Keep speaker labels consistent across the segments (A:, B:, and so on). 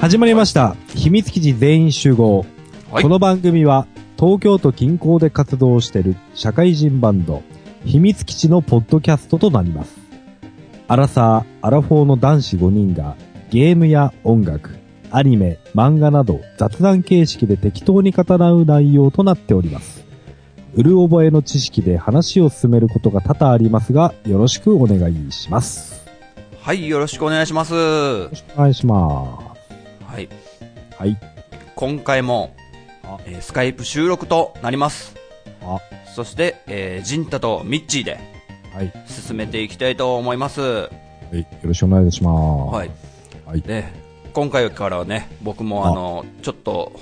A: 始まりました。秘密基地全員集合。
B: はい
A: この番組は、東京都近郊で活動している社会人バンド、秘密基地のポッドキャストとなります。アラサー、アラフォーの男子5人が、ゲームや音楽、アニメ、漫画など雑談形式で適当に語らう内容となっております。うる覚えの知識で話を進めることが多々ありますが、よろしくお願いします。よ
B: はい、よろしくお願いします。は
A: ろしくお願いしま
B: い。
A: す。はい。
B: 今回も
A: あ、
B: えースカイプ収録となります。
A: あ
B: そして、えージンタとミッチーで
A: はい。
B: 進めていきたいと思います。
A: はい、よろしくお願いします。
B: はい。
A: はい。
B: で、今回からはね、僕もあの、ちょっと、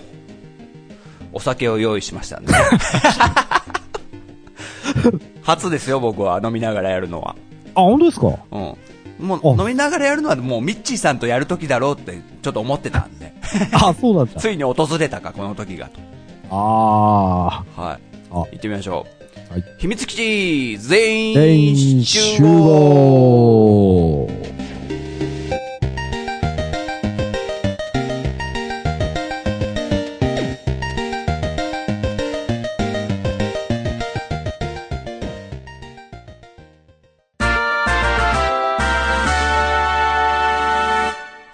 B: お酒を用意しました んで。初ですよ、僕は。飲みながらやるのは。
A: あ、本当ですか
B: うん。もう、
A: あ
B: 飲みながらやるのは、もう、ミッチーさんとやる時だろうって、ちょっと思ってたんで。
A: あ、そうなんだ
B: ついに訪れたか、この時がと。
A: あ
B: はい。
A: あ。あ
B: 行、ってみましょう。
A: はい
B: 秘密基地全
A: 全員
B: 員
A: 集
B: 集合
A: 合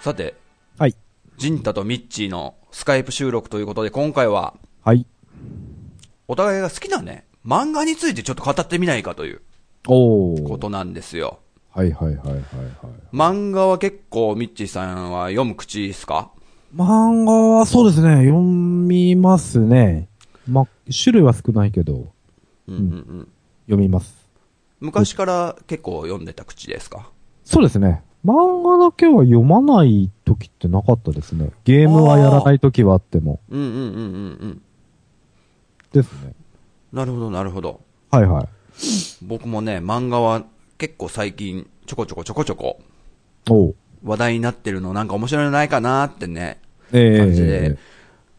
B: さて、
A: はい。
B: ジンタとミッチーのスカイプ収録ということで、今回は、
A: はい。
B: お互いが好きなね、漫画についてちょっと語ってみないかという
A: お
B: こ
A: ー。
B: となんですよ。
A: はいはいはいはいはい。
B: 漫画は結構ミッチーさんは読む口ですか
A: 漫画はそうですね、読みますね。ま、種類は少ないけど、
B: うんうんうん。
A: 読みます。
B: 昔から結構読んでた口ですか
A: そうですね。漫画だけは読まない時ってなかったですね。ゲームはやらない時はあっても。
B: うんうんうんうんうん。
A: ですね。
B: なるほどなるほど。
A: はいはい。
B: 僕もね、漫画は結構最近、ちょこちょこちょこちょこ、
A: おう。
B: 話題になってるのなんか面白いのないかなってね、
A: え
B: 感じで、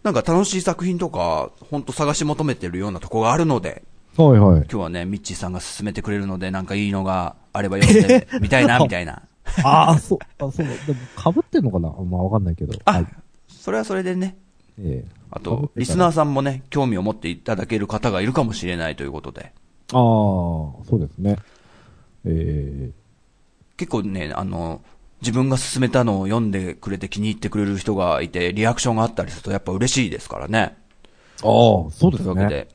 B: なんか楽しい作品とか、ほんと探し求めてるようなとこがあるので、
A: はいはい。
B: 今日はね、ミッチーさんが勧めてくれるので、なんかいいのがあれば読んで、みたい な、みたいな。
A: ああ、そう、あそう、でも被ってんのかなまあわかんないけど。は
B: あ
A: い、
B: それはそれでね。
A: ええ
B: あと、リスナーさんもね、興味を持っていただける方がいるかもしれないということで。
A: ああ、そうですね。え
B: 結構ね、あの、自分が勧めたのを読んでくれて気に入ってくれる人がいて、リアクションがあったりするとやっぱ嬉しいですからね。
A: えああ、そうで
B: という
A: す
B: わけ
A: ね。
B: で、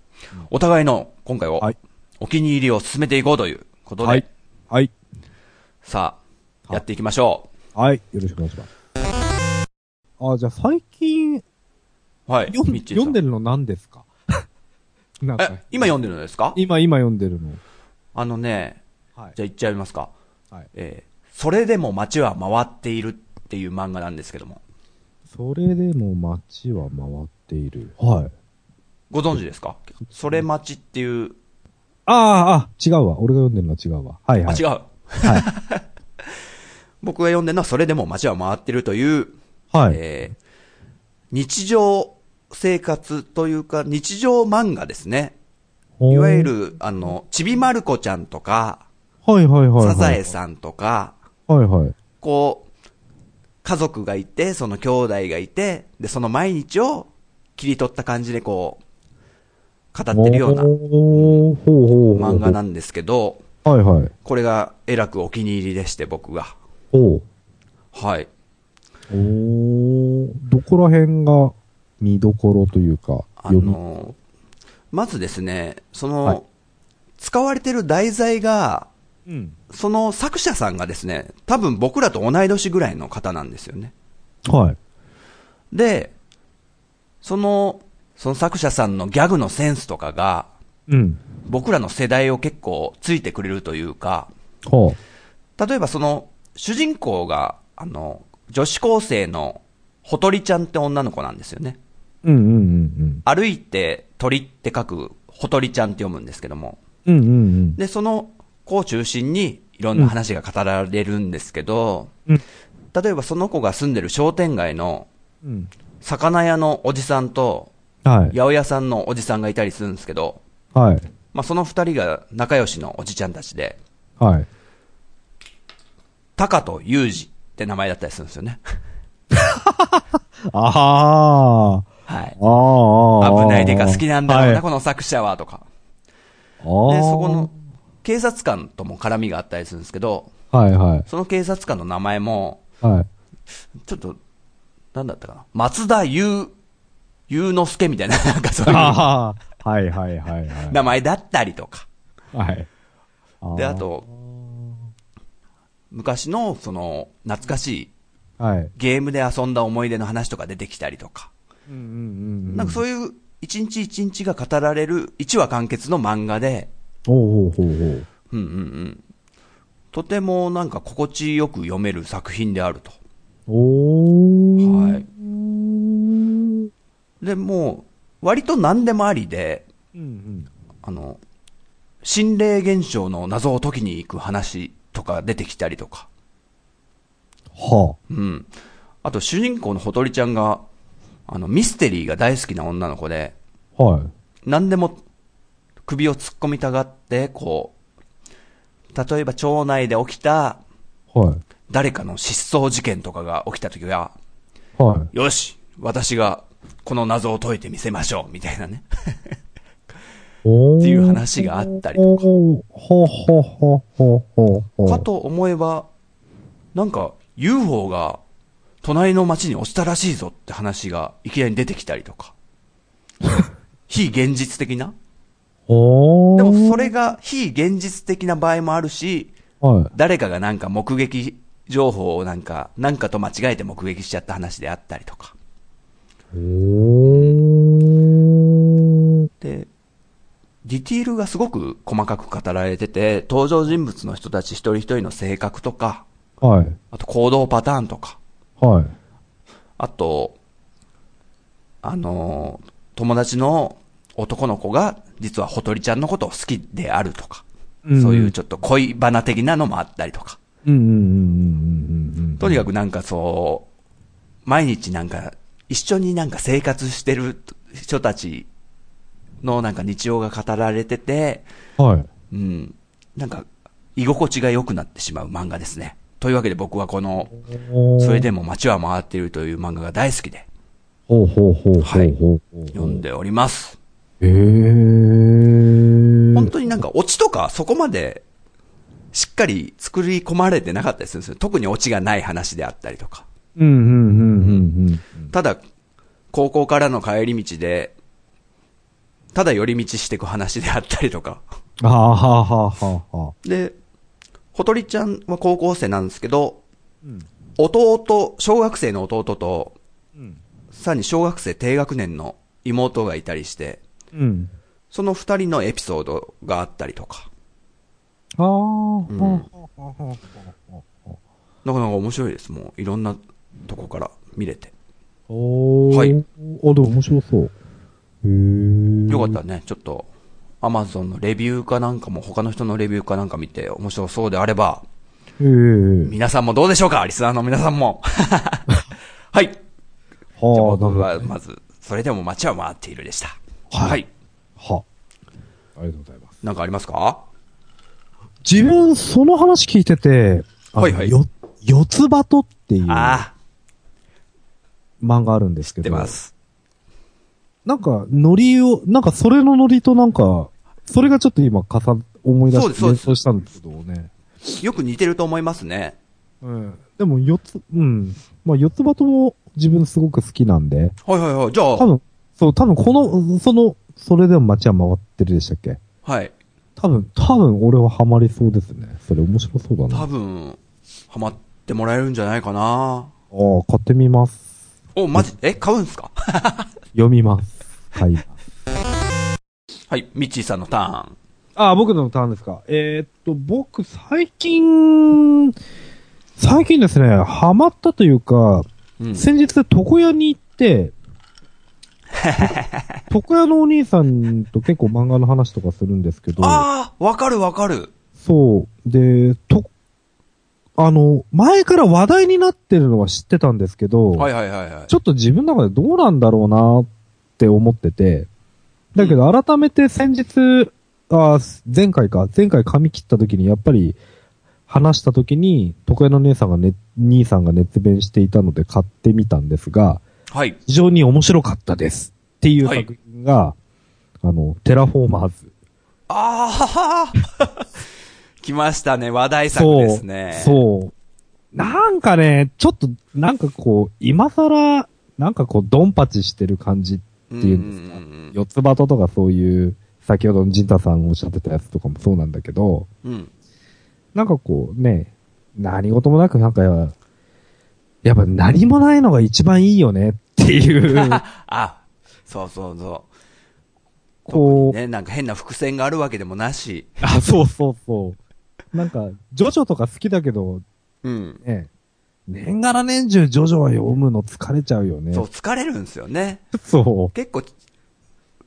B: お互いの今回を
A: はい、
B: お気に入りを進めていこうということで、
A: はい。はい。
B: さあ、やっていきましょ
A: はい。よろしくお願いします。ああ、じゃあ最近、
B: う。はい。
A: 読ん
B: ミッチーさ
A: 読んでるの何です かなんか
B: え、今読んでるのですか
A: 今、今読んでるの。
B: あのね、
A: はい
B: じ。ゃあ言っちゃいますか。
A: はい、
B: えーそれでも街は回っているっていう漫画なんですけども。
A: それでも街は回っている。はい。
B: ご存知ですかそれ街っていう、
A: ああ、あ、違うわ。俺が読んでるのは違うわ。はい
B: あ、
A: はい。
B: 違う。 僕が読んでるのはそれでも街は回ってるという、
A: はい。
B: えー日常生活というか、日常漫画ですね。
A: ほー
B: いわゆ、る、あの、ちびまる子ちゃんとか、
A: はいはいはい、はい。
B: サザエさんとか、
A: はいはい。
B: こう、家族がいて、その兄弟がいて、で、その毎日を切り取った感じでこう、語ってるような
A: おーほうほうほう
B: 漫画なんですけど、
A: はいはい。
B: これがえらくお気に入りでして、僕が。
A: ほう。
B: はい。
A: おーどこら辺が見どころというか、
B: あの、まずですね、その、
A: はい
B: 使われてる題材が、
A: 読みうん。
B: その作者さんがですね、多分僕らと同い年ぐらいの方なんですよね。
A: はい。
B: で、その、その作者さんのギャグのセンスとかが、
A: うん。
B: 僕らの世代を結構ついてくれるというか、
A: は
B: 例えばその、主人公が、あの、女子高生のほとりちゃんって女の子なんですよね。
A: あ。うんうんうん
B: 歩いて鳥って書くほとりちゃんって読むんですけども。
A: うん。うんうん
B: で、その子を中心にいろんな話が語られるんですけど、
A: うん。
B: 例えばその子が住んでる商店街の
A: うん。
B: 魚屋のおじさんと、
A: はい
B: 八。百屋さんのおじさんがいたりするんですけど、
A: はい。
B: まあ、その二人が仲良しのおじちゃんたちで、
A: はい。
B: タカとユージって名前だったりするんですよね。
A: ああ。
B: はい。
A: ああああ。
B: 危ないでが好きなんだろうな、
A: はい
B: この作者は、とか。
A: あ
B: で、
A: あ
B: そこの、警察官とも絡みがあったりするんですけど、
A: はいはい。
B: その警察官の名前も、
A: はい。
B: ちょっと、なんだったかな。松田優、優之助みたいな、 なんかそういう
A: ああ。はいはいはいはい。
B: 名前だったりとか。
A: はい。ー
B: で、あ。と、昔の、その、懐かしい
A: はい。
B: ゲームで遊んだ思い出の話とか出てきたりとか。
A: うんうんうんうん。
B: なんかそういう、一日一日が語られる、一話完結の漫画で、
A: ほうほうほうほう。
B: うんうんうん。とてもなんか心地よく読める作品であると。
A: おー。
B: はい。で、もう、割と何でもありで、
A: うんうん。
B: あの、心霊現象の謎を解きに行く話とか出てきたりとか。
A: は
B: うん。あと、主人公のほとりちゃんが、あの、ミステリーが大好きな女の子で、
A: あ。はい。
B: 何でも首を突っ込みたがって、こう、例えば町内で起きた
A: は
B: 誰かの失踪事件とかが起きた時は、
A: い。はい。
B: よし、私がこの謎を解いてみせましょう、みたいなね。
A: おー
B: っていう話があったりとか
A: おーほほほほほほ。
B: かと思えば、なんか UFO が隣の町に落ちたらしいぞって話がいきなり出てきたりとか。非現実的な
A: おー
B: でもそれが非現実的な場合もあるし、
A: はい。
B: 誰かがなんか目撃情報をなんか、なんかと間違えて目撃しちゃった話であったりとか。
A: おー。
B: で、ディティールがすごく細かく語られてて、登場人物の人たち一人一人の性格とか、
A: はい。
B: あと行動パターンとか、
A: はい。
B: あと、あのー友達の男の子が実はほとりちゃんのことを好きであるとか、
A: うん
B: そういうちょっと恋バナ的なのもあったりとか、
A: うんうんうんうんうんうん。
B: とにかくなんかそう、毎日なんか一緒になんか生活してる人たちのなんか日常が語られてて、
A: く。はい。
B: うん、なんか居心地が良くなってしまう漫画ですね。というわけで僕はこの、
A: おー
B: それ。でも街は回っているという漫画が大好きで
A: ほうほうほうほうほう。
B: はい
A: ほう
B: 読んでおります。
A: へー。
B: 本当になんかオチとかそこまでしっかり作り込まれてなかったりするんですよ。特にオチがない話であったりとか。
A: うんうんうんうんうん。
B: ただ、高校からの帰り道で、ただ寄り道していく話であったりとか。
A: あーはーはーはーはー。
B: で、ほとりちゃんは高校生なんですけど、
A: うん
B: 弟、小学生の弟と、
A: うん。
B: さらに小学生低学年の妹がいたりして、
A: うん。
B: その二人のエピソードがあったりとか。
A: ああ、ほ
B: うん
A: うほうほうほうほ
B: なかなか面白いです。もういろんなとこから見れて。
A: うおー。
B: はい
A: あ、でも面白そう。へー。
B: よかったらね、ちょっと、アマゾンのレビューかなんかも、他の人のレビューかなんか見て、面白そうであれば、
A: ええ。
B: 皆さんもどうでしょうかリスナーの皆さんも。 はい。じ
A: は
B: ゃあ
A: あ、なる
B: 僕
A: ほど。は
B: は、まず、それでも街は回っているでした。
A: はい
B: はい。
A: あ。ありがとうございます。
B: なんかありますか
A: 自分、その話聞いてて、あの
B: はいはい
A: よ、四つ葉とっていう漫
B: ああ、
A: 画あるんですけ
B: 出
A: ど、
B: ます。
A: なんか、ノリを、なんかそれのノリとなんか、それがちょっと今、かさ、思い出
B: そうです
A: し
B: そう
A: 連
B: です
A: 想したんですけどね。
B: よく似てると思いますね。
A: うん。でも、四つ、うん。まあ、四つ葉とも自分すごく好きなんで、
B: はいはいはい。じゃ
A: 多分、そう、多分この、その、それでも街は回ってるでしたっけ
B: あ、はい。
A: 多分、多分俺はハマりそうですね。それ面白そうだな。
B: 多
A: あ
B: 分、ハマってもらえるんじゃないかな。
A: あ、買ってみます。
B: お、マジ、え、買うんすか
A: 読みます。はい。
B: はい。ミッチーさんのターン。
A: ああ、僕のターンですか。えーっと、僕、最近、最近ですね、ハマったというか、
B: うん。
A: 先日床屋に行って、床屋のお兄さんと結構漫画の話とかするんですけど、
B: ああ、わかるわかる。
A: そう。で、と、あの、前から話題になってるのは知ってたんですけど、
B: はいはいはいはい。
A: ちょっと自分の中でどうなんだろうなって思ってて、だけど改めて先日、あー前回か、前回髪切った時にやっぱり、話した時に、床屋の姉さんがね、兄さんが熱弁していたので買ってみたんですが、
B: はい。
A: 非常に面白かったです。っていう
B: はい
A: 作品が、あの、テラフォーマーズ。
B: ああ 来ましたね。話題作ですね。う。
A: そう。なんかね、ちょっと、なんかこう、今更、なんかこう、ドンパチしてる感じ。っていうんですか
B: ん
A: 四つ葉ととかそういう、先ほどのジンタさんおっしゃってたやつとかもそうなんだけど、
B: うんうん。
A: なんかこうね、何事もなくなんか、やっぱ何もないのが一番いいよねっていう、
B: あ、そうそうそう。
A: こう、
B: ね、なんか変な伏線があるわけでもなし。
A: あ、そうそうそう。なんか、ジョジョとか好きだけど、
B: うん。
A: ね、年がら年中ジョジョは読むの疲れちゃうよね。
B: そう、疲れるんですよね。
A: そう。
B: 結構、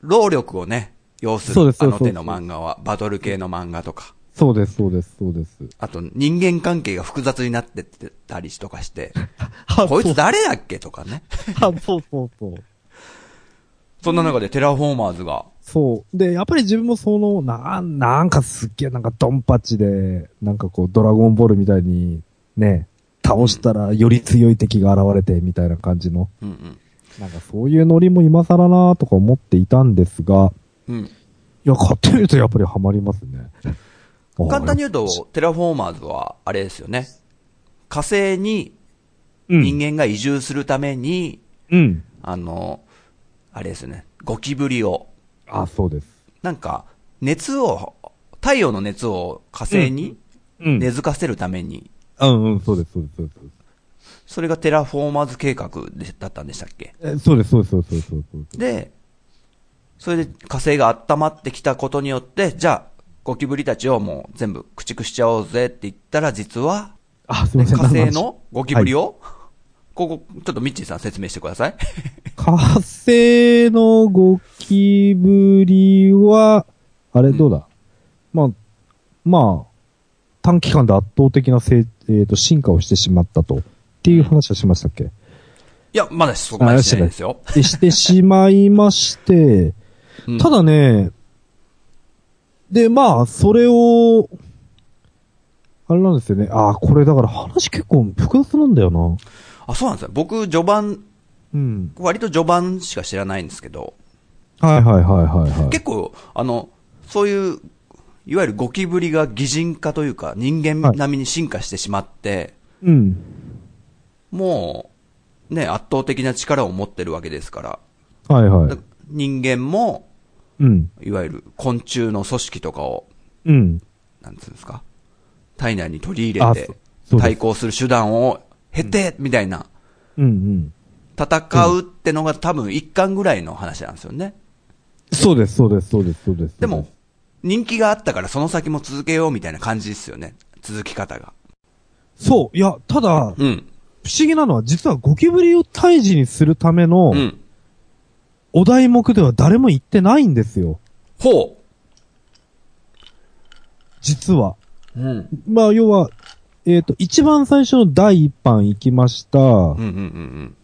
B: 労力をね、要す
A: そう
B: る
A: ですそう
B: あ
A: で
B: の
A: す
B: 手の漫画は、バトル系の漫画とか、
A: そうです、そうです、そうです。
B: あと人間関係が複雑になってってたりとか して、こいつ誰だっけとかね。
A: あ、そうそうそう。
B: そんな中でテラフォーマーズが、
A: そう。で、やっぱり自分もその、なん、なんかすっげえなんかドンパチで、なんかこうドラゴンボールみたいに、ね、倒したらより強い敵が現れて、みたいな感じの、
B: うん
A: なんかそういうノリも今更なとか思っていたんですが、
B: うん。うん。
A: いや、買ってみるとやっぱりハマりますね。
B: 簡単に
A: 言
B: 言うと、テラフォーマーズは、あれですよね。火星に
A: う
B: 人
A: 間。
B: 間が移住するために、
A: うん。
B: あの、あれですよね。ゴキブリを、
A: あ、そうです。
B: なんか、熱を、太陽の熱を火星に
A: うん
B: 根付かせるために、
A: うんうん、そうです、そうです、そうです。
B: それがテラフォーマーズ計画でだったんでしたっけ
A: えそうです、そうです、そうです、そうですそうです。
B: で、それで火星が温まってきたことによって、じゃあ、ゴキブリたちをもう全部駆逐しちゃおうぜって言ったら、実は、
A: あ、すみ
B: 火
A: ません。
B: 星のゴキブリを、ここ、ちょっとミッチーさん説明してください。
A: 火星のゴキブリは、あれ、
B: うん
A: どうだ、まあ、まあ、短期間で圧倒的な成、えー、と進化をしてしまったと。っていう話はしましたっけ
B: いや、まだそこまでしてないですよ。
A: でしてしまいまして、
B: うん
A: ただね、で、まあ、それを、あれなんですよね。ああ、これだから話結構複雑なんだよな。
B: あ、そうなんですよ。僕、序盤、
A: うん。
B: 割と序盤しか知らないんですけど、
A: はいはいはいはいはい。
B: 結構、あの、そういう、いわゆるゴキブリが擬人化というか、人間並みに進化してしまって、
A: うん。
B: もう、ね、圧倒的な力を持ってるわけですから、
A: はいは
B: だ
A: い。
B: 人間も、
A: うん。
B: いわゆる昆虫の組織とかを、
A: うん。
B: なんつうんですか、体内に取り入れ
A: あそ
B: て
A: う、そうです
B: 対抗する手段を経て、みたいな、
A: うんうん。
B: 戦うってのが多分一巻ぐらいの話なんですよね。
A: そうです、そうです、そうです、そうです。
B: でも、人気があったからその先も続けようみたいな感じですよね。続き方が。
A: そう、いや、ただ、不思
B: うん。
A: 議なのは、実はゴキブリを退治にするための
B: う、ん。
A: お題目では誰も言ってないんですよ。
B: ほ
A: 実は。
B: う。うん。
A: まあ、要は、えっ、と、一番最初の第一版行きました。
B: うんうんうん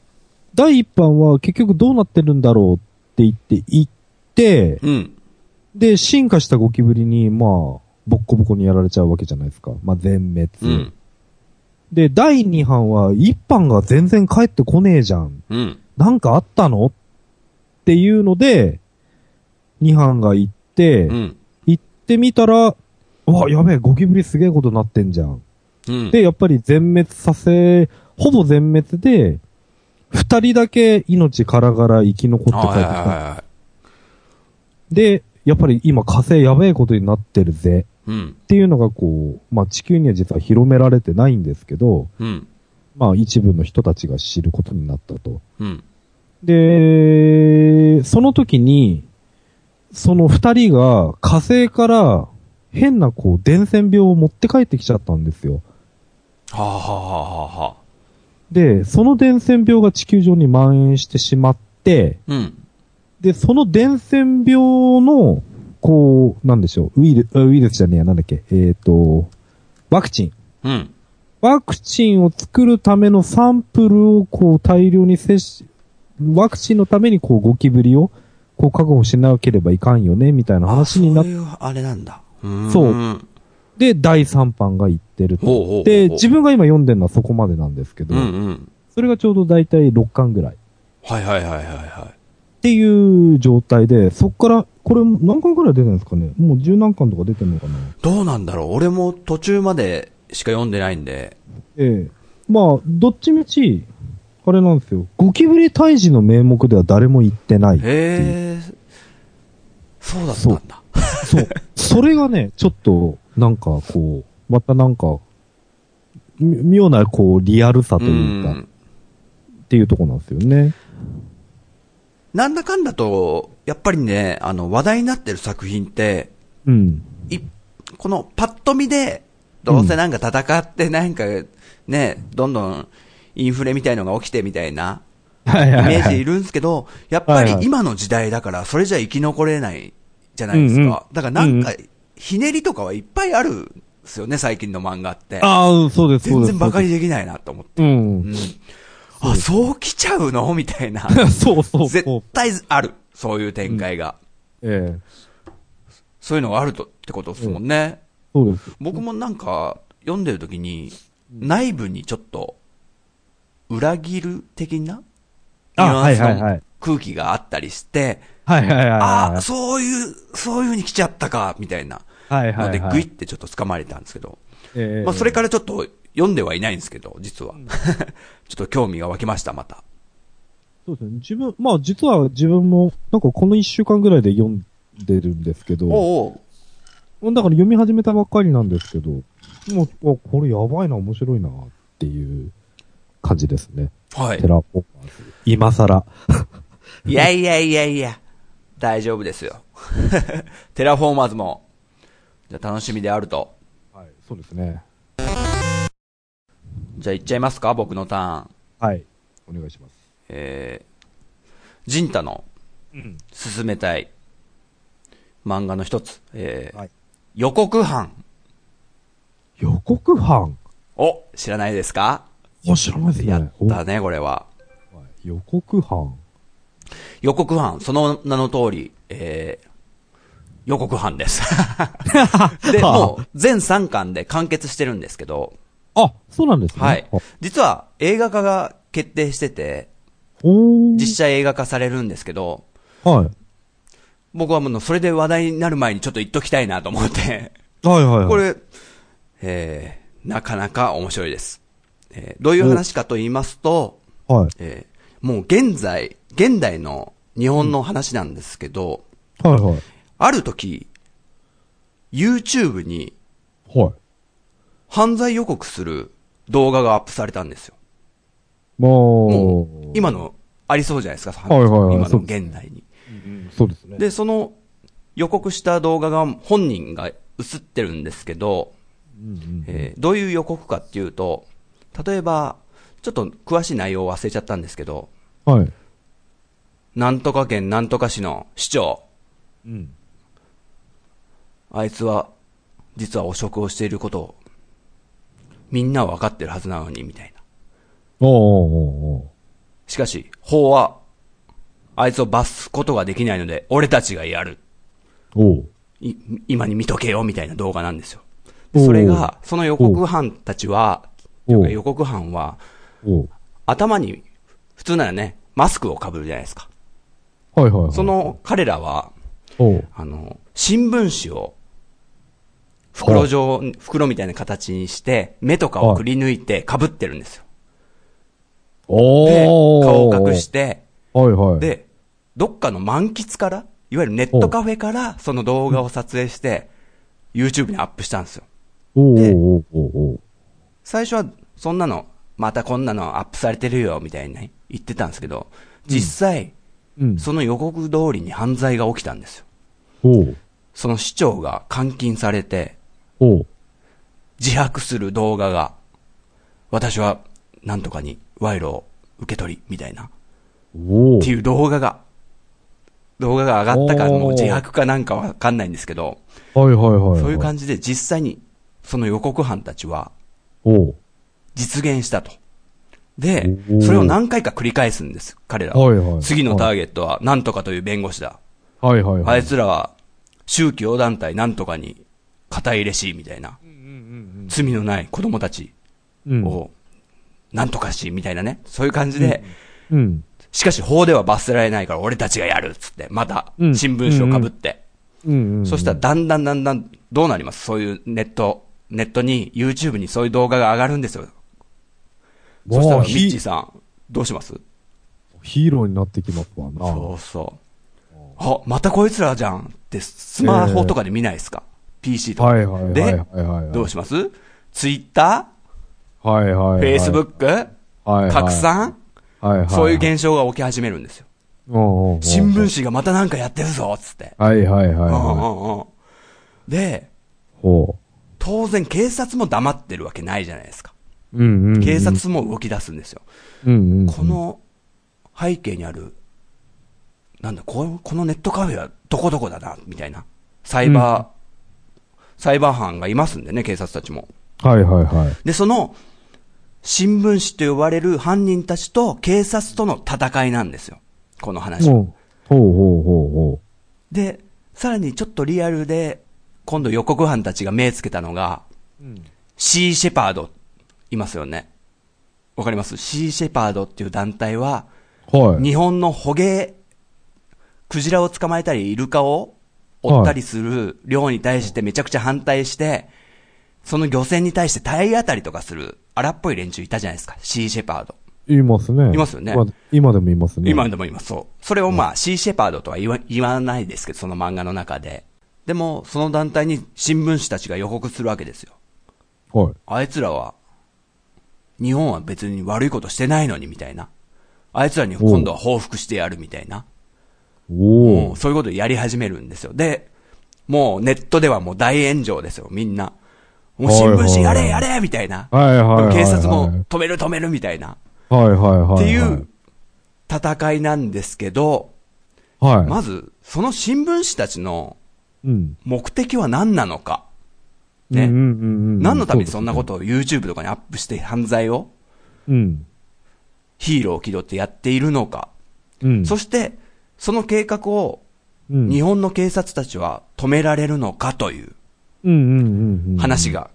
A: 第一版は結局どうなってるんだろうって言って行って、
B: うん。うん。
A: で、進化したゴキブリに、まあ、ボッコボコにやられちゃうわけじゃないですか。まあ、全滅。
B: うん。
A: で、第二版は、一版が全然帰ってこねえじゃん。
B: うん。
A: なんかあったのっていうので、ニハンが行って、
B: うん。
A: 行ってみたら、うわ、やべえ、ゴキブリすげえことなってんじゃん。
B: うん。
A: で、やっぱり全滅させ、ほぼ全滅で、二人だけ命からがら生き残って帰
B: あ
A: って
B: は
A: き
B: いはいはい
A: た。
B: は
A: で、やっぱり今火星やべえことになってるぜ。
B: い。うん。
A: っていうのがこう、まあ地球には実は広められてないんですけど、
B: うん。
A: まあ一部の人たちが知ることになったと。
B: うん。
A: で、その時に、その二人が火星から変なこう伝染病を持って帰ってきちゃったんですよ。
B: はあ、はあはあはあ、
A: で、その伝染病が地球上に蔓延してしまって、
B: うん。
A: で、その伝染病の、こう、なんでしょう、ウイルス、あウイルスじゃねえや、なんだっけ、えっ、と、ワクチン。
B: うん。
A: ワクチンを作るためのサンプルをこう大量に接し、ワクチンのためにこうゴキブリをこう確保しなければいかんよね、みたいな話になっ
B: あそういうあれなんだ。うーん
A: そう。て、第3版が行っってると。
B: ほうほうほうほう
A: で、自分が今読んでるのはそこまでなんですけど、
B: うんうん。
A: それがちょうどだいたい6巻ぐらい。
B: はいはいはいはいは。
A: っていう状態で、そっから、これ何巻ぐらい出てるんですかねもう十何巻とか出てるのかない
B: どうなんだろう俺も途中までしか読んでないんで。
A: ええ。まあ、どっちみち、あれなんですよ。ゴキブリ退治の名目では誰も言ってない。
B: へえ。そうだったんだ。
A: そう。それがね、ちょっと、なんかこう、またなんか、み妙なこう、リアルさと
B: う
A: いうか、
B: ん。
A: っていうとこなんですよね。
B: なんだかんだと、やっぱりね、あの、話題になってる作品って、
A: うん。
B: い、このパッと見で、どうせなんか戦ってなんか、ね、どんどんインフレみたいのが起きてみたいな、
A: はい
B: イ
A: はい
B: メー
A: は
B: ジい
A: い。
B: るんですけど、やっぱ
A: はいは
B: り
A: い
B: 今の時代だから、それじゃ生き残れないじゃないです
A: うんうん
B: か。だからなんか
A: う、
B: ひねりとかはいっぱいあるんですよね、最近の漫画って。
A: ああ、そうです、そう
B: 全
A: です。
B: 然バカに
A: り。
B: できないなと思って。
A: う。
B: うんん。あ、そう来ちゃうのみたいな。
A: そうそう
B: 絶
A: そう。
B: 対ある。そういう展開が。
A: ええ。
B: そういうのがあるとってことですもんね。
A: そうです。
B: 僕もなんか、読んでる時に、内部にちょっと、裏切る的なニュ
A: あ、
B: ア
A: は
B: ン
A: い
B: ス
A: はいは
B: の
A: い。
B: 空気があったりして、
A: はいはいはい
B: あ
A: は。
B: あ、そういう、そういう風に来ちゃったか、みたいない
A: はい
B: の
A: はい
B: で、
A: は
B: グイ
A: い。
B: ってちょっと掴まれたんですけど、
A: ええ
B: まあ、それからちょっと読んではいないんですけど、実は。 ちょっと興味が湧きました、また。
A: そうですね。自分、まあ実は自分も、なんかこの一週間ぐらいで読んでるんですけど、
B: おうおう
A: だから読み始めたばっかりなんですけど、もう、あこれやばいな、面白いな、っていう感じですね。
B: はい
A: テ。ラフォーマーズ。今更。
B: いやいやいやいや、大丈夫ですよ。 テラフォーマーズも、じゃあ楽しみであると。
A: はい、そうですね。
B: じゃあ行っちゃいますか、僕のターン。
A: はい。お願いします。
B: えー、ジンタの
A: うん。
B: 進めたい漫画の一つ、えー
A: はい
B: 予告版
A: 予告版
B: を知らないですか
A: あ、知らないですね。
B: やっ
A: おは
B: たね、これは。
A: い予告版
B: 予告版、その名の通り、えー、予告版です。で、もう全3巻で完結してるんですけど、
A: あ、そうなんですね。
B: はい
A: あ。
B: 実は映画化が決定してて、
A: おー。
B: 実写映画化されるんですけど、
A: はい。
B: 僕はもうそれで話題になる前にちょっと言っときたいなと思って、
A: はいはいはい。
B: こ、れ、えー、なかなか面白いです。えーどういう話かと言いますと、
A: はい。
B: えーもう現在、現代の日本の話なんですけど、
A: はいはい。
B: ある時、YouTube に
A: はい。
B: 犯罪予告する動画がアップされたんですよ。
A: もう、
B: 今の、ありそうじゃないですか、
A: はいはいはい
B: 今
A: そ
B: の
A: うです
B: 現代に。
A: そうですね。
B: で、その予告した動画が本人が映ってるんですけど、
A: うん
B: えーどういう予告かっていうと、例えば、ちょっと詳しい内容を忘れちゃったんですけど、
A: うん、はい。
B: なんとか県なんとか市の市長、
A: うん。
B: あいつは、実は汚職をしていることを、みんなは分かってるはずなのに、みたいな。
A: おーおーおーお
B: しかし、法は、あいつを罰すことができないので、俺たちがやる。
A: ーおー
B: い今に見とけよ、みたいな動画なんですよ。
A: おう
B: でそれが、その予告犯たちは、
A: おう
B: というか予告犯は、
A: おー
B: 頭に、普通ならね、マスクをかぶるじゃないですか。
A: はいはいはい。
B: そ、の彼らは、
A: おー
B: あの、新聞紙を、袋状、袋みたいな形にして、目とかをくり抜いて被ってるんですよ。で、
A: おー
B: 顔を隠し。て、
A: はいはい。、
B: で、どっかの満喫から、いわゆるネットカフェから、その動画を撮影して、YouTube にアップしたんですよ。
A: お
B: で
A: ーおーおーおー
B: 最初は、そんなの、またこんなのアップされてるよ、みたいな言ってたんですけど、実際、
A: うん。
B: その予告通りに犯罪が起きたんですよ。
A: おー
B: その市長が監禁されて、
A: おー
B: 自白する動画が、私は、なんとかに賄賂を受け取り、みたいな、
A: お
B: って
A: ー
B: いう動画が、動画が上がったか、
A: おー
B: もう自白かなんかわかんないんですけど、
A: はいはいはいはい。
B: そういう感じで実際に、その予告犯たちは、
A: おー
B: 実現したと。で
A: お、ー
B: それを何回か繰り返すんです、彼らは。
A: はいはい
B: 次のターゲットは、なんとかという弁護士だ。
A: はいはいはい。
B: あいつらは、宗教団体なんとかに肩入れし、みたいな。
A: うんうんうん
B: 罪のない子供たち
A: うん。うん。
B: を、なんとかし、みたいなね。そういう感じで、
A: うん。
B: しかし法では罰せられないから俺たちがやるっつって、また、
A: うん
B: 新聞紙をかぶって。
A: うん。うん
B: そしたら、だんだんだんだん、どうなりますそういうネット、ネットに、YouTube にそういう動画が上がるんですよ。そした
A: も
B: ら、
A: う
B: ミッチ
A: ヒ
B: ーさん、どうします
A: ヒーローになってきますわな。
B: そうそう。あ、またこいつらじゃんって、スマホとかで見ないですか、?PC とか。
A: はいはいはいはい
B: で、
A: はいはい。
B: どうします ?Twitter?
A: はいはいはい。
B: Facebook?
A: はいはい
B: 拡散
A: はいはい。
B: そういう現象が起き始めるんですよ。
A: おうおうおう
B: 新聞紙がまたなんかやってるぞつって。
A: はいはいはい
B: うんう
A: は
B: んうんで、
A: い。ほ
B: 当然警察も黙ってるわけないじゃないですか。
A: う。うんうんうん。
B: 警察も動き出すんですよ。
A: うんうんうん。
B: この背景にある、なんだ、ここのネットカフェはどこどこだな、みたいな。サイバー、サイバー犯がいますんでね、警察たちも。
A: はいはいはい。
B: で、その、新聞紙と呼ばれる犯人たちと警察との戦いなんですよ。この話。
A: ほうほうほうほうほ
B: で、さらにちょっとリアルで、今度予告犯たちが目つけたのが、
A: う。うん。
B: シー・シェパード、いますよね。わかりますシー・シェパードっていう団体は、
A: はい。
B: 日本の捕鯨、クジラを捕まえたり、イルカを追ったりする漁に対してめちゃくちゃ反対して、その漁船に対して体当たりとかする荒っぽい連中いたじゃないですか。シー・シェパード。
A: いますね。
B: いますよね
A: まあ今でもいますね。
B: 今でも言います。そう。それをまあ、シー・シェパードとは言わ言わないですけど、その漫画の中で。でも、その団体に新聞紙たちが予告するわけですよ。
A: はい。
B: あいつらは、日本は別に悪いことしてないのに、みたいな。あいつらに今度は報復してやる、みたいな。
A: お
B: も
A: お
B: う。そういうことをやり始めるんですよ。で、もうネットではもう大炎上ですよ、みんな。もう新聞紙やれやれみたいな。
A: はいはいはい
B: で
A: は
B: も
A: い。
B: 警察も止める止めるみたいな。
A: はいはいはい。
B: っていう。戦いなんですけど、
A: はい。
B: まず、その新聞紙たちの
A: うん。
B: 目的は何なのか。ね
A: うんうんうんうん。。
B: 何のためにそんなこととを YouTube とかにアップして犯罪を
A: うん。
B: ヒーローを気取ってやっているのか。
A: うん。
B: そして、その計画を
A: うん
B: 日本の警察たちは止められるのかという。
A: うんうんうんうん。
B: 話が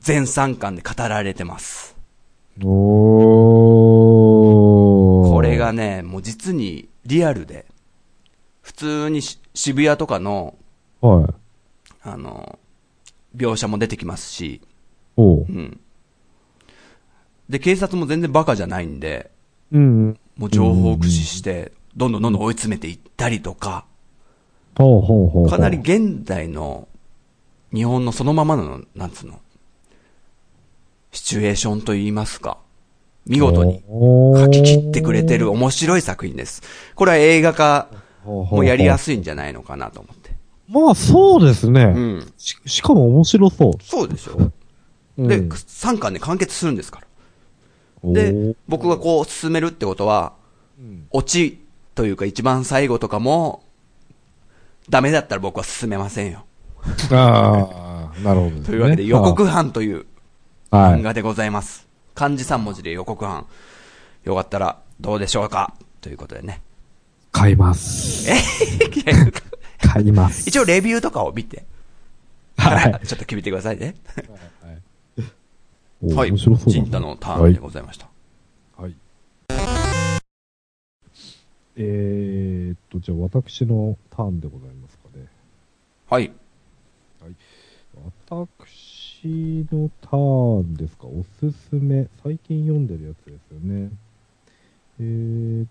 B: 全3巻で語られてます。
A: おー。
B: これが。ね、もう実にリアルで、普通にし渋谷とかの、
A: はい。
B: あの、描写も出てきますし、
A: おう
B: う。ん。で、警察も全然バカじゃないんで、
A: うんうん。
B: もう情報を駆使して、どんどんどんどん追い詰めていったりとか、
A: ほうほうほうほう。
B: かなり現代の日本のそのままの、なんつうの、シチュエーションと言いますか、見事に書
A: 書
B: き切ってくれてる面白い作品です。これは映画化もやりやすいんじゃないのかなと思って。
A: まあそうですね。
B: うん。
A: ししかも面白そう。
B: そうでしょ。で、
A: うん
B: 3巻で完結するんですから。で、、僕がこう進めるってことは、オチというか一番最後とかも、ダメだったら僕は進めませんよ。
A: ああ、なるほどですね。
B: というわけで予告版という
A: は
B: 漫
A: い。
B: 画でございます。漢字3文字で予告版。よかったらどうでしょうかということ でね。
A: 買います。買います。
B: 一応レビューとかを見て、
A: はい。
B: ちょっと決めてくださいね。
A: お
B: はい。
A: 面白そうだな。
B: ジンタのターンでございました。
A: はい。はい。えーっと、じゃあ私のターンでございますかね。
B: はい。
A: 私のターンですか、おすすめ、最近読んでるやつですよね。えー、っ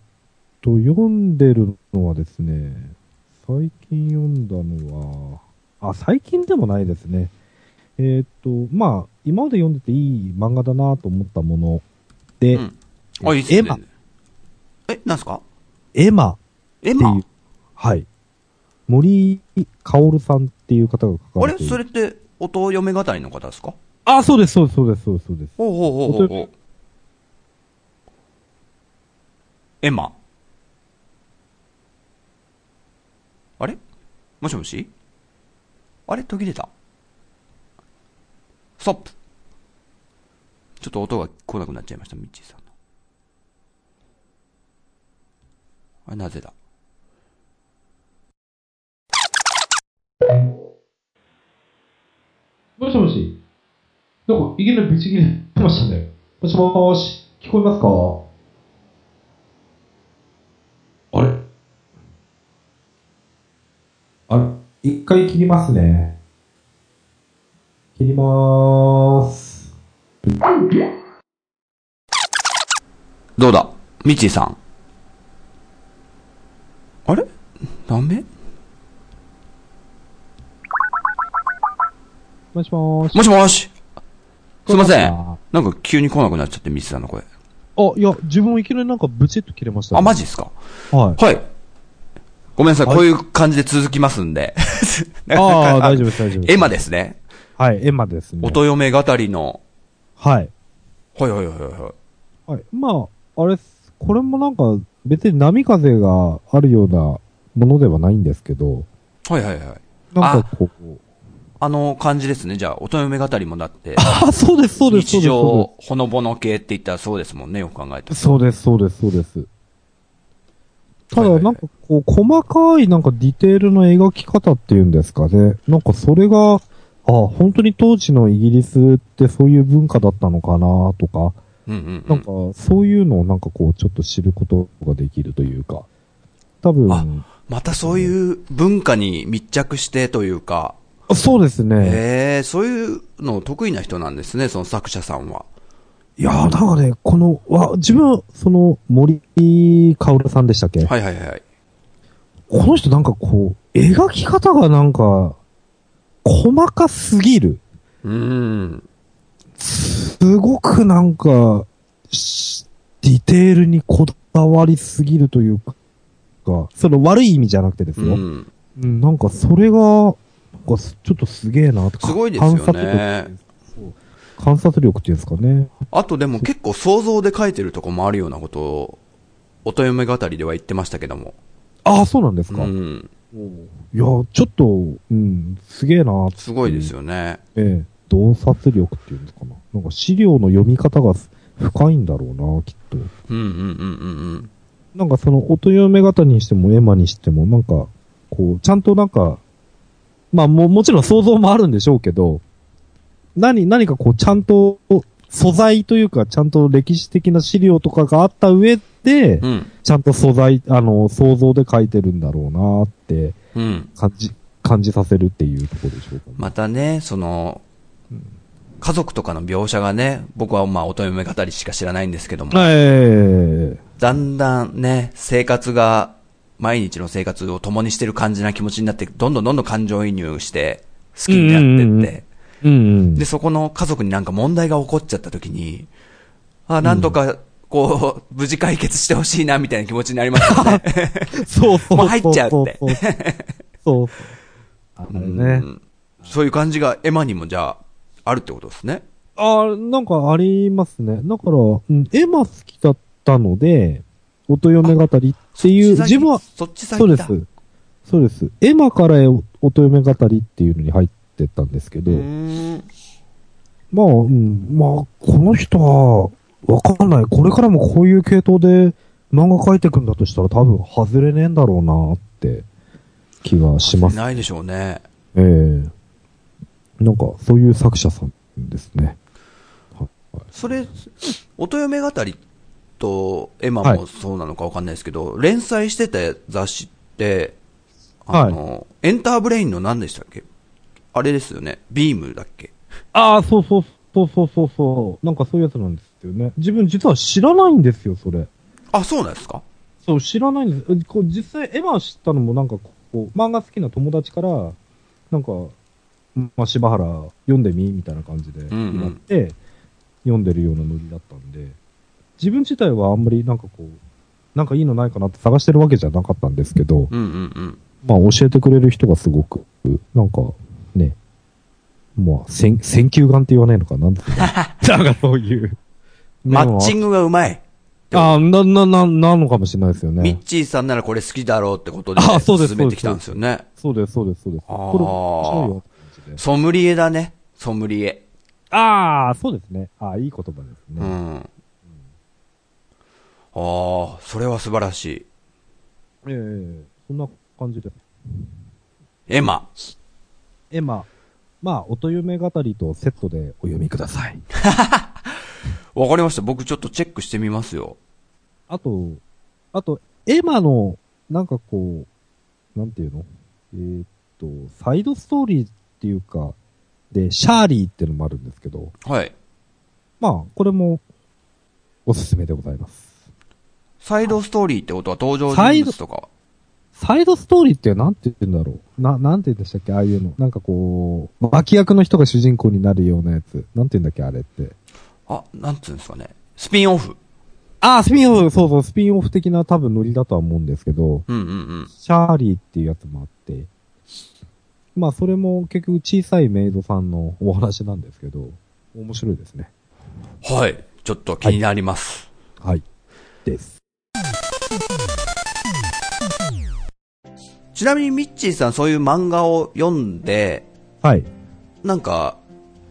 A: と、読んでるのはですね、最近読んだのは、あ、最近でもないですね。えー、っと、まあ、今まで読んでていい漫画だなと思ったもので、
B: うんあ、いいっすね。
A: エマ
B: え、なんすか
A: エマっ
B: エ
A: ていう、
B: マ
A: はい。森薫さんっていう方が書
B: あ
A: かれ
B: れ
A: ている
B: それって、音嫁語りの方ですか
A: あ、そうです、そうです、そうです、そうですそうです。
B: ほうほうほうほうほう。エマ。あれもしもしあれ途切れた。ストップ。ちょっと音が来なくなっちゃいました、ミッチーさんの。あれなぜだ
C: もしもし。なんか、いきなりぶち切れてましたね。
A: もしもーし、聞こえますか
C: あれ
A: あ、一回切りますね。切りまーす。
B: どうだミッチーさん。あれダメ
A: もしもーし。
B: もしもしすいません。
A: あ、
B: なんか急に来なくなっちゃって、ミッチーさんの声。
A: いや、自分いきなりなんかブチッと切れました、
B: あ、マジですか
A: はい。
B: はい。ごめんなさい、
A: はい
B: こういう感じで続きますんで。
A: ああ、大丈夫です、大丈夫です。
B: エマですね。
A: はい、エマですね。
B: 音嫁語りの。
A: はい。
B: はいはいはいはい。
A: はい。まあ、あれっす、これもなんか、別に波風があるようなものではないんですけど、
B: はいはいはい。
A: なんかこう。
B: あの感じですね。じゃあ、音嫁語りもだって、
A: あ、そうです、そうです、そうです。
B: 日常、ほのぼの系って言ったらそうですもんね、よく考えたら。
A: そうです、そうです、そうです。た
B: はいはい
A: だ、な
B: はい
A: んかこう、細かいなんかディテールの描き方っていうんですかね。なんかそれが、あ、本当に当時のイギリスってそういう文化だったのかなとか、
B: うんうん、う
A: なん
B: ん
A: か。そういうのをなんかこう、ちょっと知ることができるというか。多
B: あ
A: 分、
B: またそういう文化に密着してというか、
A: そうですね。
B: へえ、そういうの得意な人なんですね、その作者さんは。
A: いやー、なんかね、この、わ、自分、その、森薫さんでしたっけ
B: はいはいはい。
A: この人なんかこう、描き方がなんか、細かすぎる。
B: うーん。
A: すごくなんか、しディテールにこだわりすぎるというか、その悪い意味じゃなくてです
B: う
A: よ。うん
B: ん。
A: なんかそれが、なんかすちょっとすげえなとか。
B: すごいですよね
A: 観察力そう観察力っていうんですかね。
B: あとでも結構想像で書いてるとこもあるようなことを、音嫁語りでは言ってましたけども。
A: ああ、そうなんです
B: う
A: か。い
B: ん。
A: や、ちょっと、うん、すげえなーって
B: すごいですよね。
A: ええ、洞察力っていうんですかな。なんか資料の読み方がす深いんだろうな、きっと。
B: うんうんうんうん
A: なんかその、音読め方にしても、エマにしても、なんか、こう、ちゃんとなんか、まあも、もちろん想像もあるんでしょうけど、何、何かこう、ちゃんと、素材というか、ちゃんと歴史的な資料とかがあった上で
B: う、ん。うん。
A: ちゃんと素材、あの、想像で書いてるんだろうなって、
B: うん。
A: 感じ、感じさせるっていうところでしょうかね。
B: またね、その、家族とかの描写がね、僕はまあ音嫁語りしか知らないんですけども、
A: ええ
B: だんだんね、生活が、毎日の生活を共にしてる感じな気持ちになって、どんどんどんどん感情移入して、好きにな
A: うんうん
B: っ
A: うん
B: てって、
A: うんうん。
B: で、そこの家族になんか問題が起こっちゃった時に、あ、なんとか、こう、無事解決してほしいな、みたいな気持ちにな りますよね。
A: そうそうそう。
B: もう入っちゃうって
A: そうそうそう。そう。あれね。
B: うんそういう感じがエマにもじゃあ、あるってことですね。
A: あなんかありますね。だから、うん、エマ好きだったので、音嫁語りっていう、
B: そっち先
A: 自分は、
B: そっち先だ。
A: そうです。そうです。エマから音嫁語りっていうのに入ってったんですけど、
B: うーん。
A: まあ、うん、まあ、この人は、わかんない。これからもこういう系統で漫画描いてくんだとしたら多分外れねえんだろうなって気がします。
B: ないでしょうね。
A: ええなんか、そういう作者さんですね。
B: それ、音嫁語りとエマ
A: は
B: も
A: い
B: そうなのかわかんないですけど、連載してた雑誌って、あの、エンターブレインの何でしたっけあれですよね。ビームだっけ
A: ああ、そうそう、そうそうそうそう。なんかそういうやつなんですよね。自分実は知らないんですよ、それ。
B: あ、そうなんですか
A: そう、知らないんです。えこう実際、エマ知ったのもなんかこう、漫画好きな友達から、なんか、まあ、柴原読んでみみたいな感じで、
B: んうん
A: なって、読んでるようなノリだったんで、自分自体はあんまりなんかこう、なんかいいのないかなって探してるわけじゃなかったんですけど、
B: うんうんうん。
A: まあ、教えてくれる人がすごく、なんか、ね、まあ、選、選球眼って言わないのかななんて いうのなんかそういう。
B: マッチ
A: グ。
B: ングがうまい。
A: ああ、な、な、な、なのかもしれないですよ
B: ミ
A: ね
B: ッ。チーさんならこれ好きだろうってことで、
A: あそうです
B: 進めてきたんですよね。
A: そうです、そうです、そうです。
B: あー
A: これ面白いよって感じで
B: ソムリエだね。ソムリエ。
A: ああ、そうですね。ああ、いい言葉です
B: う
A: ね。
B: ん。ああ、それは素晴らしい。
A: ええそんな感じです。
B: エマ。
A: エマ。まあ、音夢語りとセットでお読みください。
B: わかりました。僕ちょっとチェックしてみますよ。
A: あと、あと、エマの、なんかこう、なんていうのえーっと、サイドストーリーっていうか、で、シャーリーっていうのもあるんですけど、
B: はい。
A: まあ、これも、おすすめでございます。
B: サイドストーリーってことは登場人物とか。
A: サイドストーリーってなんて言うんだろうな、なんて言うんでしたっけああいうの。なんかこう、脇役の人が主人公になるようなやつ。なんて言うんだっけあれって。
B: あ、なんつうんですかね。スピンオフ。
A: ああ、スピンオフ、そうそう、スピンオフ的な多分ノリだとは思うんですけど、
B: うんうんうん。
A: シャーリーっていうやつもあって、まあそれも結局小さいメイドさんのお話なんですけど、面白いですね。
B: はい。ちょっと気になります。
A: はい。です。
B: ちなみにミッチーさんそういう漫画を読んで、
A: はい。
B: なんか、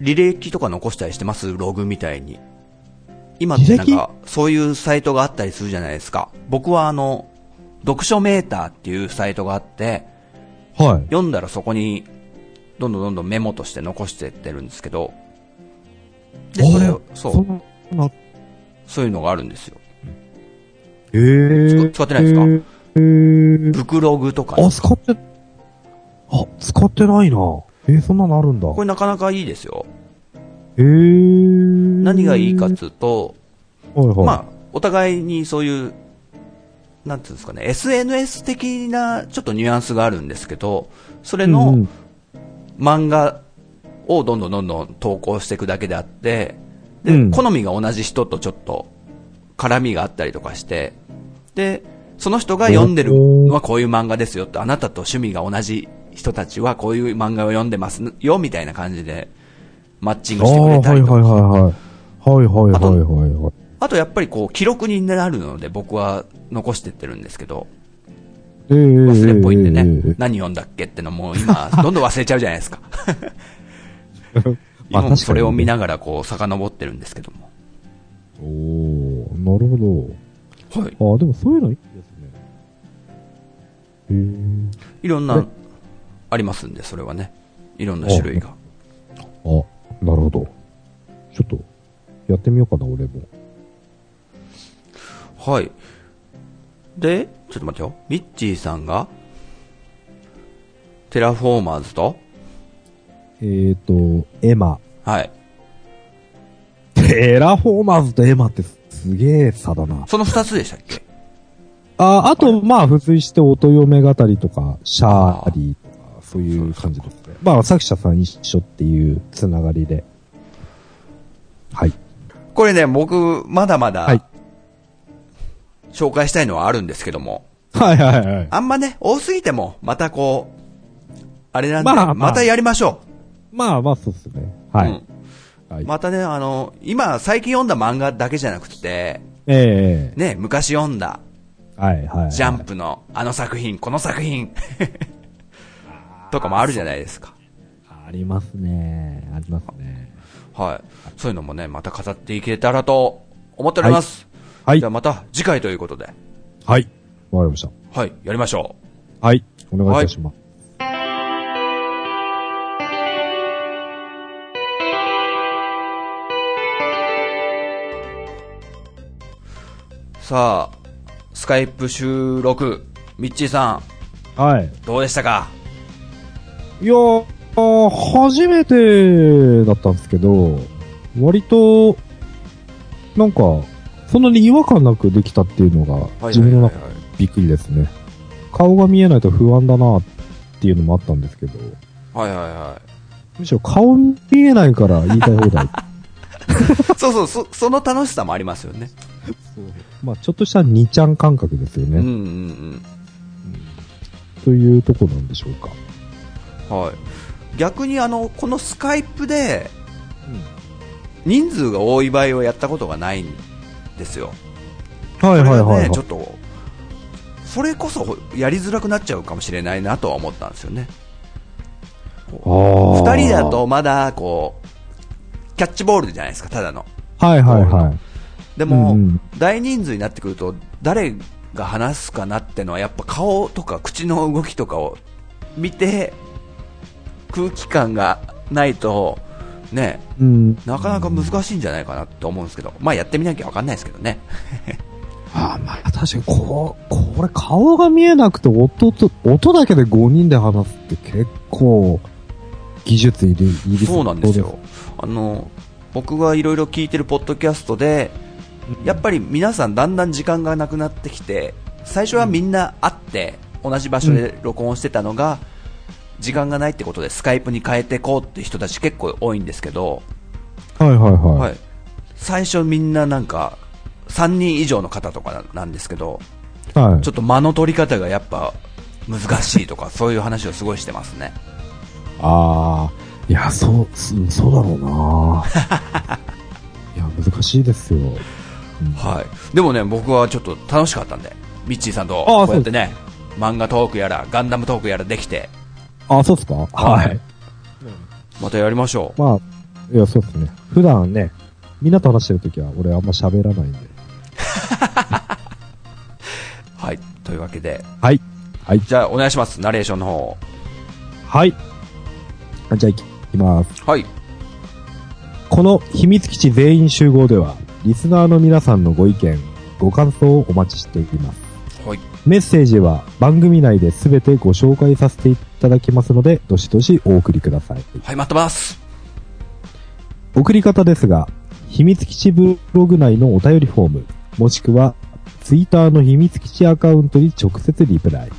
B: 履歴とか残したりしてますログみたいに。今ってなん
A: 履
B: か、そういうサイトがあったりするじゃないですか。僕はあの、読書メーターっていうサイトがあって、
A: はい。
B: 読んだらそこに、どんどんどんどんメモとして残してってるんですけど、で、それを、そ
A: そ
B: うん
A: な、
B: そういうのがあるんですよ。
A: えー、
B: 使使ってないですか
A: えーえー、
B: ブクログとか、
A: あ、使って、あ、使ってないな。えー、そんなのあるんだ。
B: これなかなかいいですよ。
A: えー、
B: 何がいいかっつうと、
A: はいはい。
B: まあ、お互いにそういう、なんていうんですかね、SNS 的なちょっとニュアンスがあるんですけど、それ
A: う
B: の
A: ん
B: 漫画をどんどんどんどん投稿していくだけであって、で、
A: うん
B: 好みが同じ人とちょっと絡みがあったりとかして、で、その人が読んでるのはこういう漫画ですよって、あなたと趣味が同じ人たちはこういう漫画を読んでますよみたいな感じでマッチングしてくれ
A: ああー、
B: た
A: はい
B: りと
A: はい
B: か、
A: はいはい。はいはいはいはいはい。
B: あとやっぱりこう記録になるので僕は残してってるんですけど、
A: ええー、
B: 忘れっぽいんでね、
A: えーえー
B: 何読んだっけってのも今、どんどん忘れちゃうじゃないですか。
A: まあ確か
B: 今 も
A: に
B: それを見ながらこう遡ってるんですけども。
A: おー、なるほ
B: はい。
A: ど。ああ、でもそういうのいいですね。えー。
B: いろん
A: は、
B: ないありますんで、それはね。いろんな種類が。
A: あ、なるほど。ちょっと、やってみようかな、俺も。
B: はい。で、ちょっと待ってよ。ミッチーさんが、テラフォーマーズと、
A: えーと、エマ。
B: はい。
A: テラフォーマーズとエマってすすげえ差だな。
B: その二つでしたっけ
A: あ、あと、まあ、付随して音嫁語りとか、シャーリーとか、そういう感じですね。まあ、作者さん一緒っていうつながりで。はい。
B: これね、僕、まだまだ、
A: はい
B: 紹介したいのはあるんですけども、
A: はいはいはい。
B: あんまね、多すぎても、またこう、あれなんで、
A: まあまあ
B: またやりましょ
A: まあまあ、そうっすね。
B: う。
A: はい。
B: うん
A: はい
B: またね、あの、今、最近読んだ漫画だけじゃなくて、
A: ええ
B: ね、昔読んだ、
A: はいはいはい。
B: ジャンプの、あの作品、この作品、 とかもあるじゃないですか。
A: ありますね。ありますね。
B: はい。そういうのもね、また語っていけたらと思っております。
A: はい
B: じゃあ。また次回ということで、
A: はい。わかりました。
B: はい、やりましょう。
A: はい。お願いいたします。
B: さあ、スカイプ収録、ミッチーさ
A: はい。
B: ん、どうでしたか
A: い、やー、初めてだったんですけど、割と、なんか、そんなに違和感なくできたっていうのが、自分の中でびっくりですね。顔が見えないと不安だなっていうのもあったんですけど、
B: はいはいは
A: むしろ顔見えないから言いたい放 題。
B: い。そうそう、そ、その楽しさもありますよね。
A: まあちょっとした2ちゃん感覚ですよ
B: うんう
A: ね。
B: ん
A: というとこなんでしょうか。
B: うん。はい。逆にあの、このスカイプで、人数が多い場合をやったことがないんですよ。
A: はいはい
B: それ
A: はい、
B: が
A: はい
B: ね、ちょっと、それこそやりづらくなっちゃうかもしれないなとは思ったんですよね。
A: あ
B: 二
A: ー
B: 人だとまだ、こう、キャッチボールじゃないですか、ただの。
A: はいはいはい。
B: でも、
A: うんうん
B: 大人数になってくると、誰が話すかなってのは、やっぱ顔とか口の動きとかを見て、空気感がないと、ね、
A: うん。
B: なかなか難しいんじゃないかなと思うんですけど、まあやってみなきゃわかんないですけどね。
A: ああ、まあ確かに、こう、これ顔が見えなくて音と、音だけで5人で話すって結構、技術いる、いる
B: そうなんですよ。。あの、僕がいろいろ聞いてるポッドキャストで、やっぱり皆さんだんだん時間がなくなってきて、最初はみんな会って、同じ場所で録音してたのが、時間がないってことでスカイプに変えていこうって人たち結構多いんですけど、
A: はいはいはい。
B: はい、最初みんななんか、3人以上の方とかななんですけど、
A: はい。
B: ちょっと間の取り方がやっぱ難しいとか、そういう話をすごいしてますね。
A: ああ、いや、そう、すそうだろう ないや、難しいですよ。
B: はい、でもね、僕はちょっと楽しかったんで、ミッチーさんと
A: ああ
B: こうやってね、漫画トークやら、ガンダムトークやらできて、
A: あ、そうっすか
B: は
A: はいい。
B: またやりましょう。
A: まあ、いや、そうっすね。普段ね、みんなと話してるときは俺あんま喋らないんで。
B: はい、というわけで、
A: はい。はい。
B: じゃあお願いします、ナレーションの方を
A: はい。あじゃあ、いきます。
B: はい、
A: この秘密基地全員集合では、リスナーの皆さんのご意見、ご感想をお待ちしています。
B: はい、
A: メッセージは番組内で全てご紹介させていただきますので、どしどしお送りください。
B: はい、待ってます。
A: 送り方ですが、秘密基地ブログ内のお便りフォーム、もしくは、ツイッターの秘密基地アカウントに直接リプライ、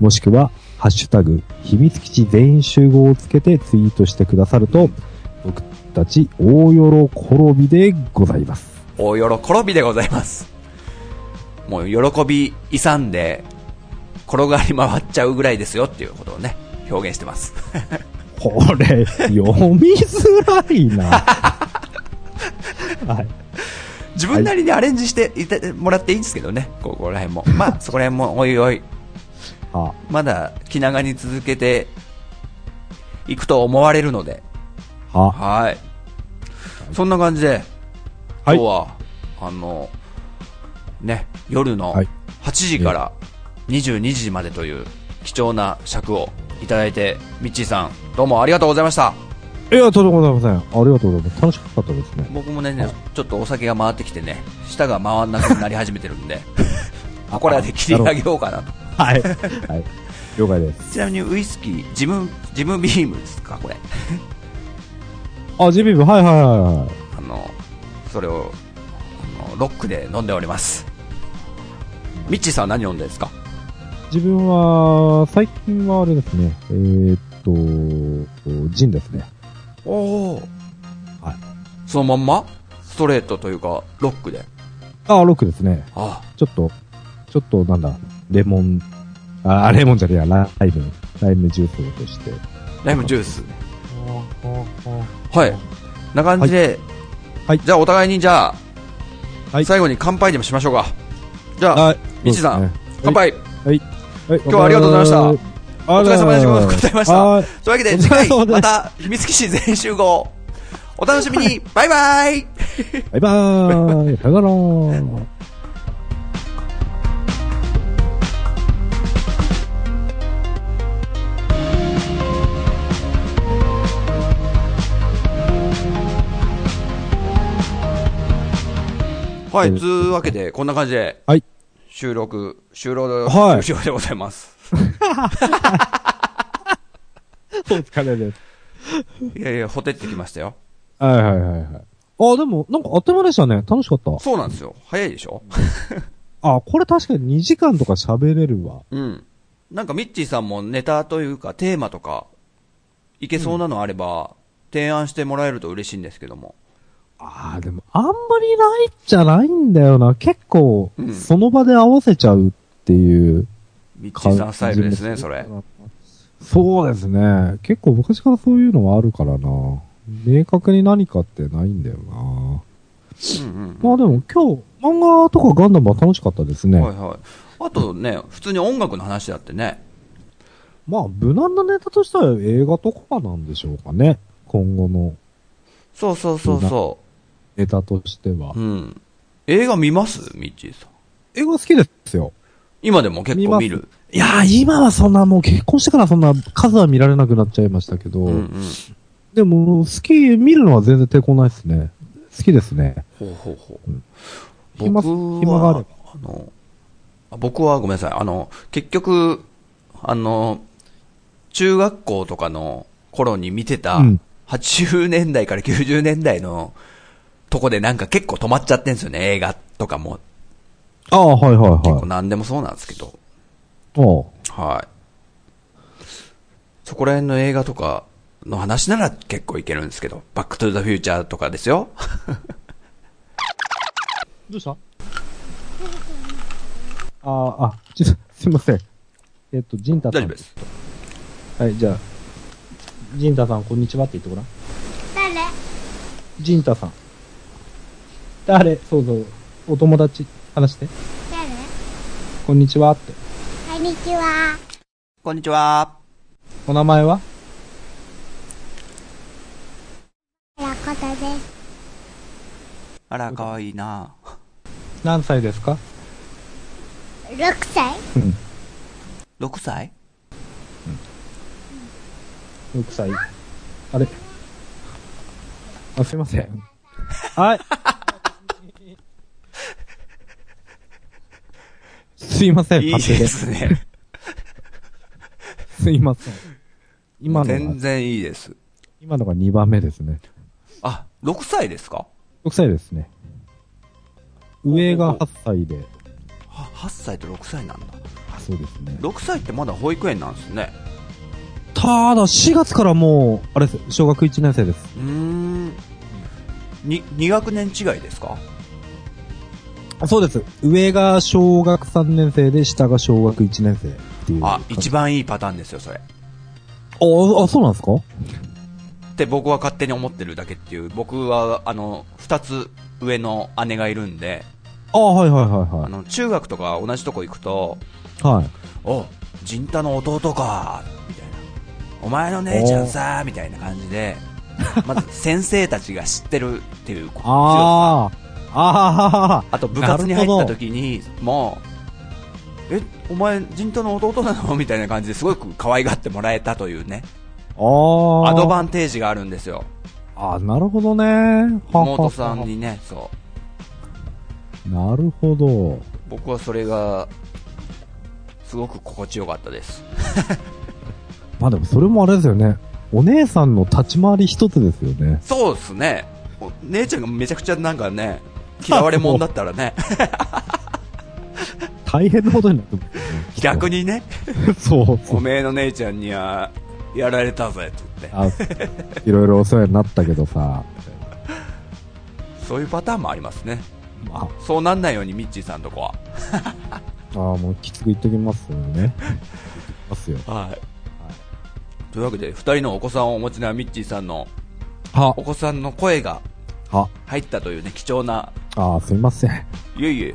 A: もしくは、ハッシュタグ、秘密基地全員集合をつけてツイートしてくださると、僕たち大喜びでございます。
B: 大喜びでございます。もう喜び勇んで、転がり回っちゃうぐらいですよっていうことをね、表現してます。
A: これ、読みづらいな。 はい。
B: 自分なりにアレンジしていてもらっていいんですけどね、ここら辺も。まあ、そこら辺もおいおい、
A: あ、
B: まだ気長に続けていくと思われるので、
A: あ、
B: はい。そんな感じで、
A: はい
B: 今日は、あの、ね、夜の
A: はい
B: 8時から22時までという貴重な尺をいただいて、ミッチーさん、どうもありがとうございました。
A: いや、とんでもございません。ありがとうございます。楽しかったですね。
B: 僕もね、ちょっとお酒が回ってきてね、舌が回んなくなり始めてる んで、これはで切り上げようかなと。
A: はい。はい。了解です。
B: ちなみにウイスキー、ジム、ジムビームですか、これ。
A: あ、ジビブ、はいはいはいはい。
B: あの、それを、あのロックで飲んでおります。ミッチーさんは何飲んでるんですか
A: 自分は、最近はあれですね、えー、っと、ジンですね。
B: おお。
A: はい。
B: そのまんまストレートというか、ロックで。
A: あ、ロックですね。
B: ああ
A: ちょっと、ちょっとなんだ、レモン、あ、レモンじゃねえや、ライム、ライムジュースを落として。
B: ライムジュース。はい。な感じで、
A: はい
B: じゃあお互いにじゃあ、
A: はい
B: 最後に乾杯でもしましょうか。じゃあ、
A: あ、
B: みちさ
A: そ
B: ん
A: うですね、
B: 乾杯
A: はい、今
B: 日はありがとうございま
A: した。
B: お疲れ様でした
A: はい
B: というわけで、
A: お疲
B: 次
A: れ様で
B: 回、
A: す
B: また、秘密基地全員集合。お楽しみにバイバイ
A: バイバーイ。さよな ら。
B: はい、
A: うん
B: つうわけで、こんな感じで、
A: はい
B: 収録、終了、
A: はい
B: 終了でございます。
A: お疲れです。
B: いやいや、ほてってきましたよ。
A: はいはいはいはい。あ、でも、なんかあっという間でしたね。楽しかった。
B: そうなんですよ。早いでしょ
A: あ、これ確かに2時間とか喋れるわ。
B: うん。なんかミッチーさんもネタというかテーマとか、いけそうなのあれば、提案してもらえると嬉しいんですけども。
A: ああ、でも、あんまりないじゃないんだよな。結構
B: う、ん
A: その場で合わせちゃうっていう
B: ミッチ
A: 感
B: ー
A: じ
B: さんスタイルですね、
A: も
B: それ。。
A: そうですね。結構昔からそういうのはあるからな。明確に何かってないんだよな。
B: うんうん
A: まあでも今日、漫画とかガンダムは楽しかったですね。
B: はいはい。あとね、普通に音楽の話だってね。
A: まあ、無難なネタとしては映画とかなんでしょうかね。今後の
B: そうそうそうそ
A: ネタとしては。
B: う。うん。映画見ますミッチーさん。
A: 映画好きですよ。
B: 今でも結構見
A: 見
B: る。
A: いやー、今はそんな、もう結婚してからそんな数は見られなくなっちゃいましたけど、
B: うんうん。
A: でも、スキー見るのは全然抵抗ないですね。好きですね。
B: ほうほうほ
A: うん
B: う。
A: 暇
B: 僕
A: 暇があれ
B: は、あの、あ僕はごめんなさい。あの、結局、あの、中学校とかの頃に見てた、
A: うん
B: 80年代から90年代のとこでなんか結構止まっちゃってんですよね。映画とかも。
A: ああ、はいはい
B: 結構
A: は
B: 何でもそうなんですけど。
A: い。ああ
B: はい。そこら辺の映画とかの話なら結構いけるんですけど、バックトゥザフューチャーとかですよ。
A: どうしたああ、あ、ちょっと、すいません。えっと、ジンタさん。
B: 大丈夫です。
A: はい、じゃあ、ジンタさん、こんにちはって言ってごらん。
D: 誰
A: ジンタさん。誰そうそう。お友達、話して。
D: 誰
A: こんにちはって。
D: こんにちは。
B: こんにちは。
A: お名前は
D: ラコトです。
B: あら、かわいいな。
A: 何歳ですか
D: 6歳
A: うん。
B: 6歳
A: 6歳。あれあ、すいません。はい。 すいません、
B: いいで
A: 勝手で。
B: すね。
A: すいません。今の
B: 全
A: が、
B: 然いいです。
A: 今のが2番目ですね。
B: あ、6歳ですか
A: 6歳ですね。上が8歳で。
B: は ?8 歳と6歳なんだ。
A: あ、そうですね。
B: 6歳ってまだ保育園なんですね。
A: ただ、4月からもう、あれです、小学1年生です。
B: うーん。に、2学年違いですか
A: あそうです。上が小学3年生で、下が小学1年生っていう。
B: あ、一番いいパターンですよ、それ。
A: あ、あ、そうなんですか
B: って僕は勝手に思ってるだけっていう、僕は、あの、二つ上の姉がいるんで、
A: あ、はいはいはい
B: あ
A: は
B: の、中学とか同じとこ行くと、
A: い。はい。
B: お、陣太の弟か、みたいな。お前の姉ちゃんさ、みたいな感じで、まず先生たちが知ってるっていう強 さ。
A: ああ、ああ、
B: あと部活に入っ
A: な
B: た
A: るほど
B: 時に、もう、え、お前、陣太の弟なのみたいな感じですごく可愛がってもらえたというね、
A: ああ。
B: アドバンテージがあるんですよ。
A: あなるほどね。は
B: 妹さん。にね、そう。
A: なるほど。
B: 僕はそれがすごく心地よかったです
A: まあでもそれもあれですよね。お姉さんの立ち回り一つですよね。
B: そうですねお姉ちゃんがめちゃくちゃなんかね嫌われ者だったら ね
A: 大変なことになってますよね
B: 逆。にね
A: そうそ
B: お
A: う。
B: めえの姉ちゃんにはやられたぜって言って
A: あいろいろお世話になったけどさ。
B: そういうパターンもありますね
A: まあ、
B: そうなんないようにミッチーさんとこは
A: ああ、もうきつく言っときますよね。言っときますよ。
B: はいというわけで2人のお子さんをお持ちなミッチーさんの
A: は
B: お、子さんの声が
A: は、
B: 入ったというね貴重な
A: ああ、すいません。
B: いえいえ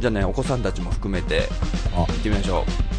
B: じゃあねお子さんたちも含めて行ってみましょう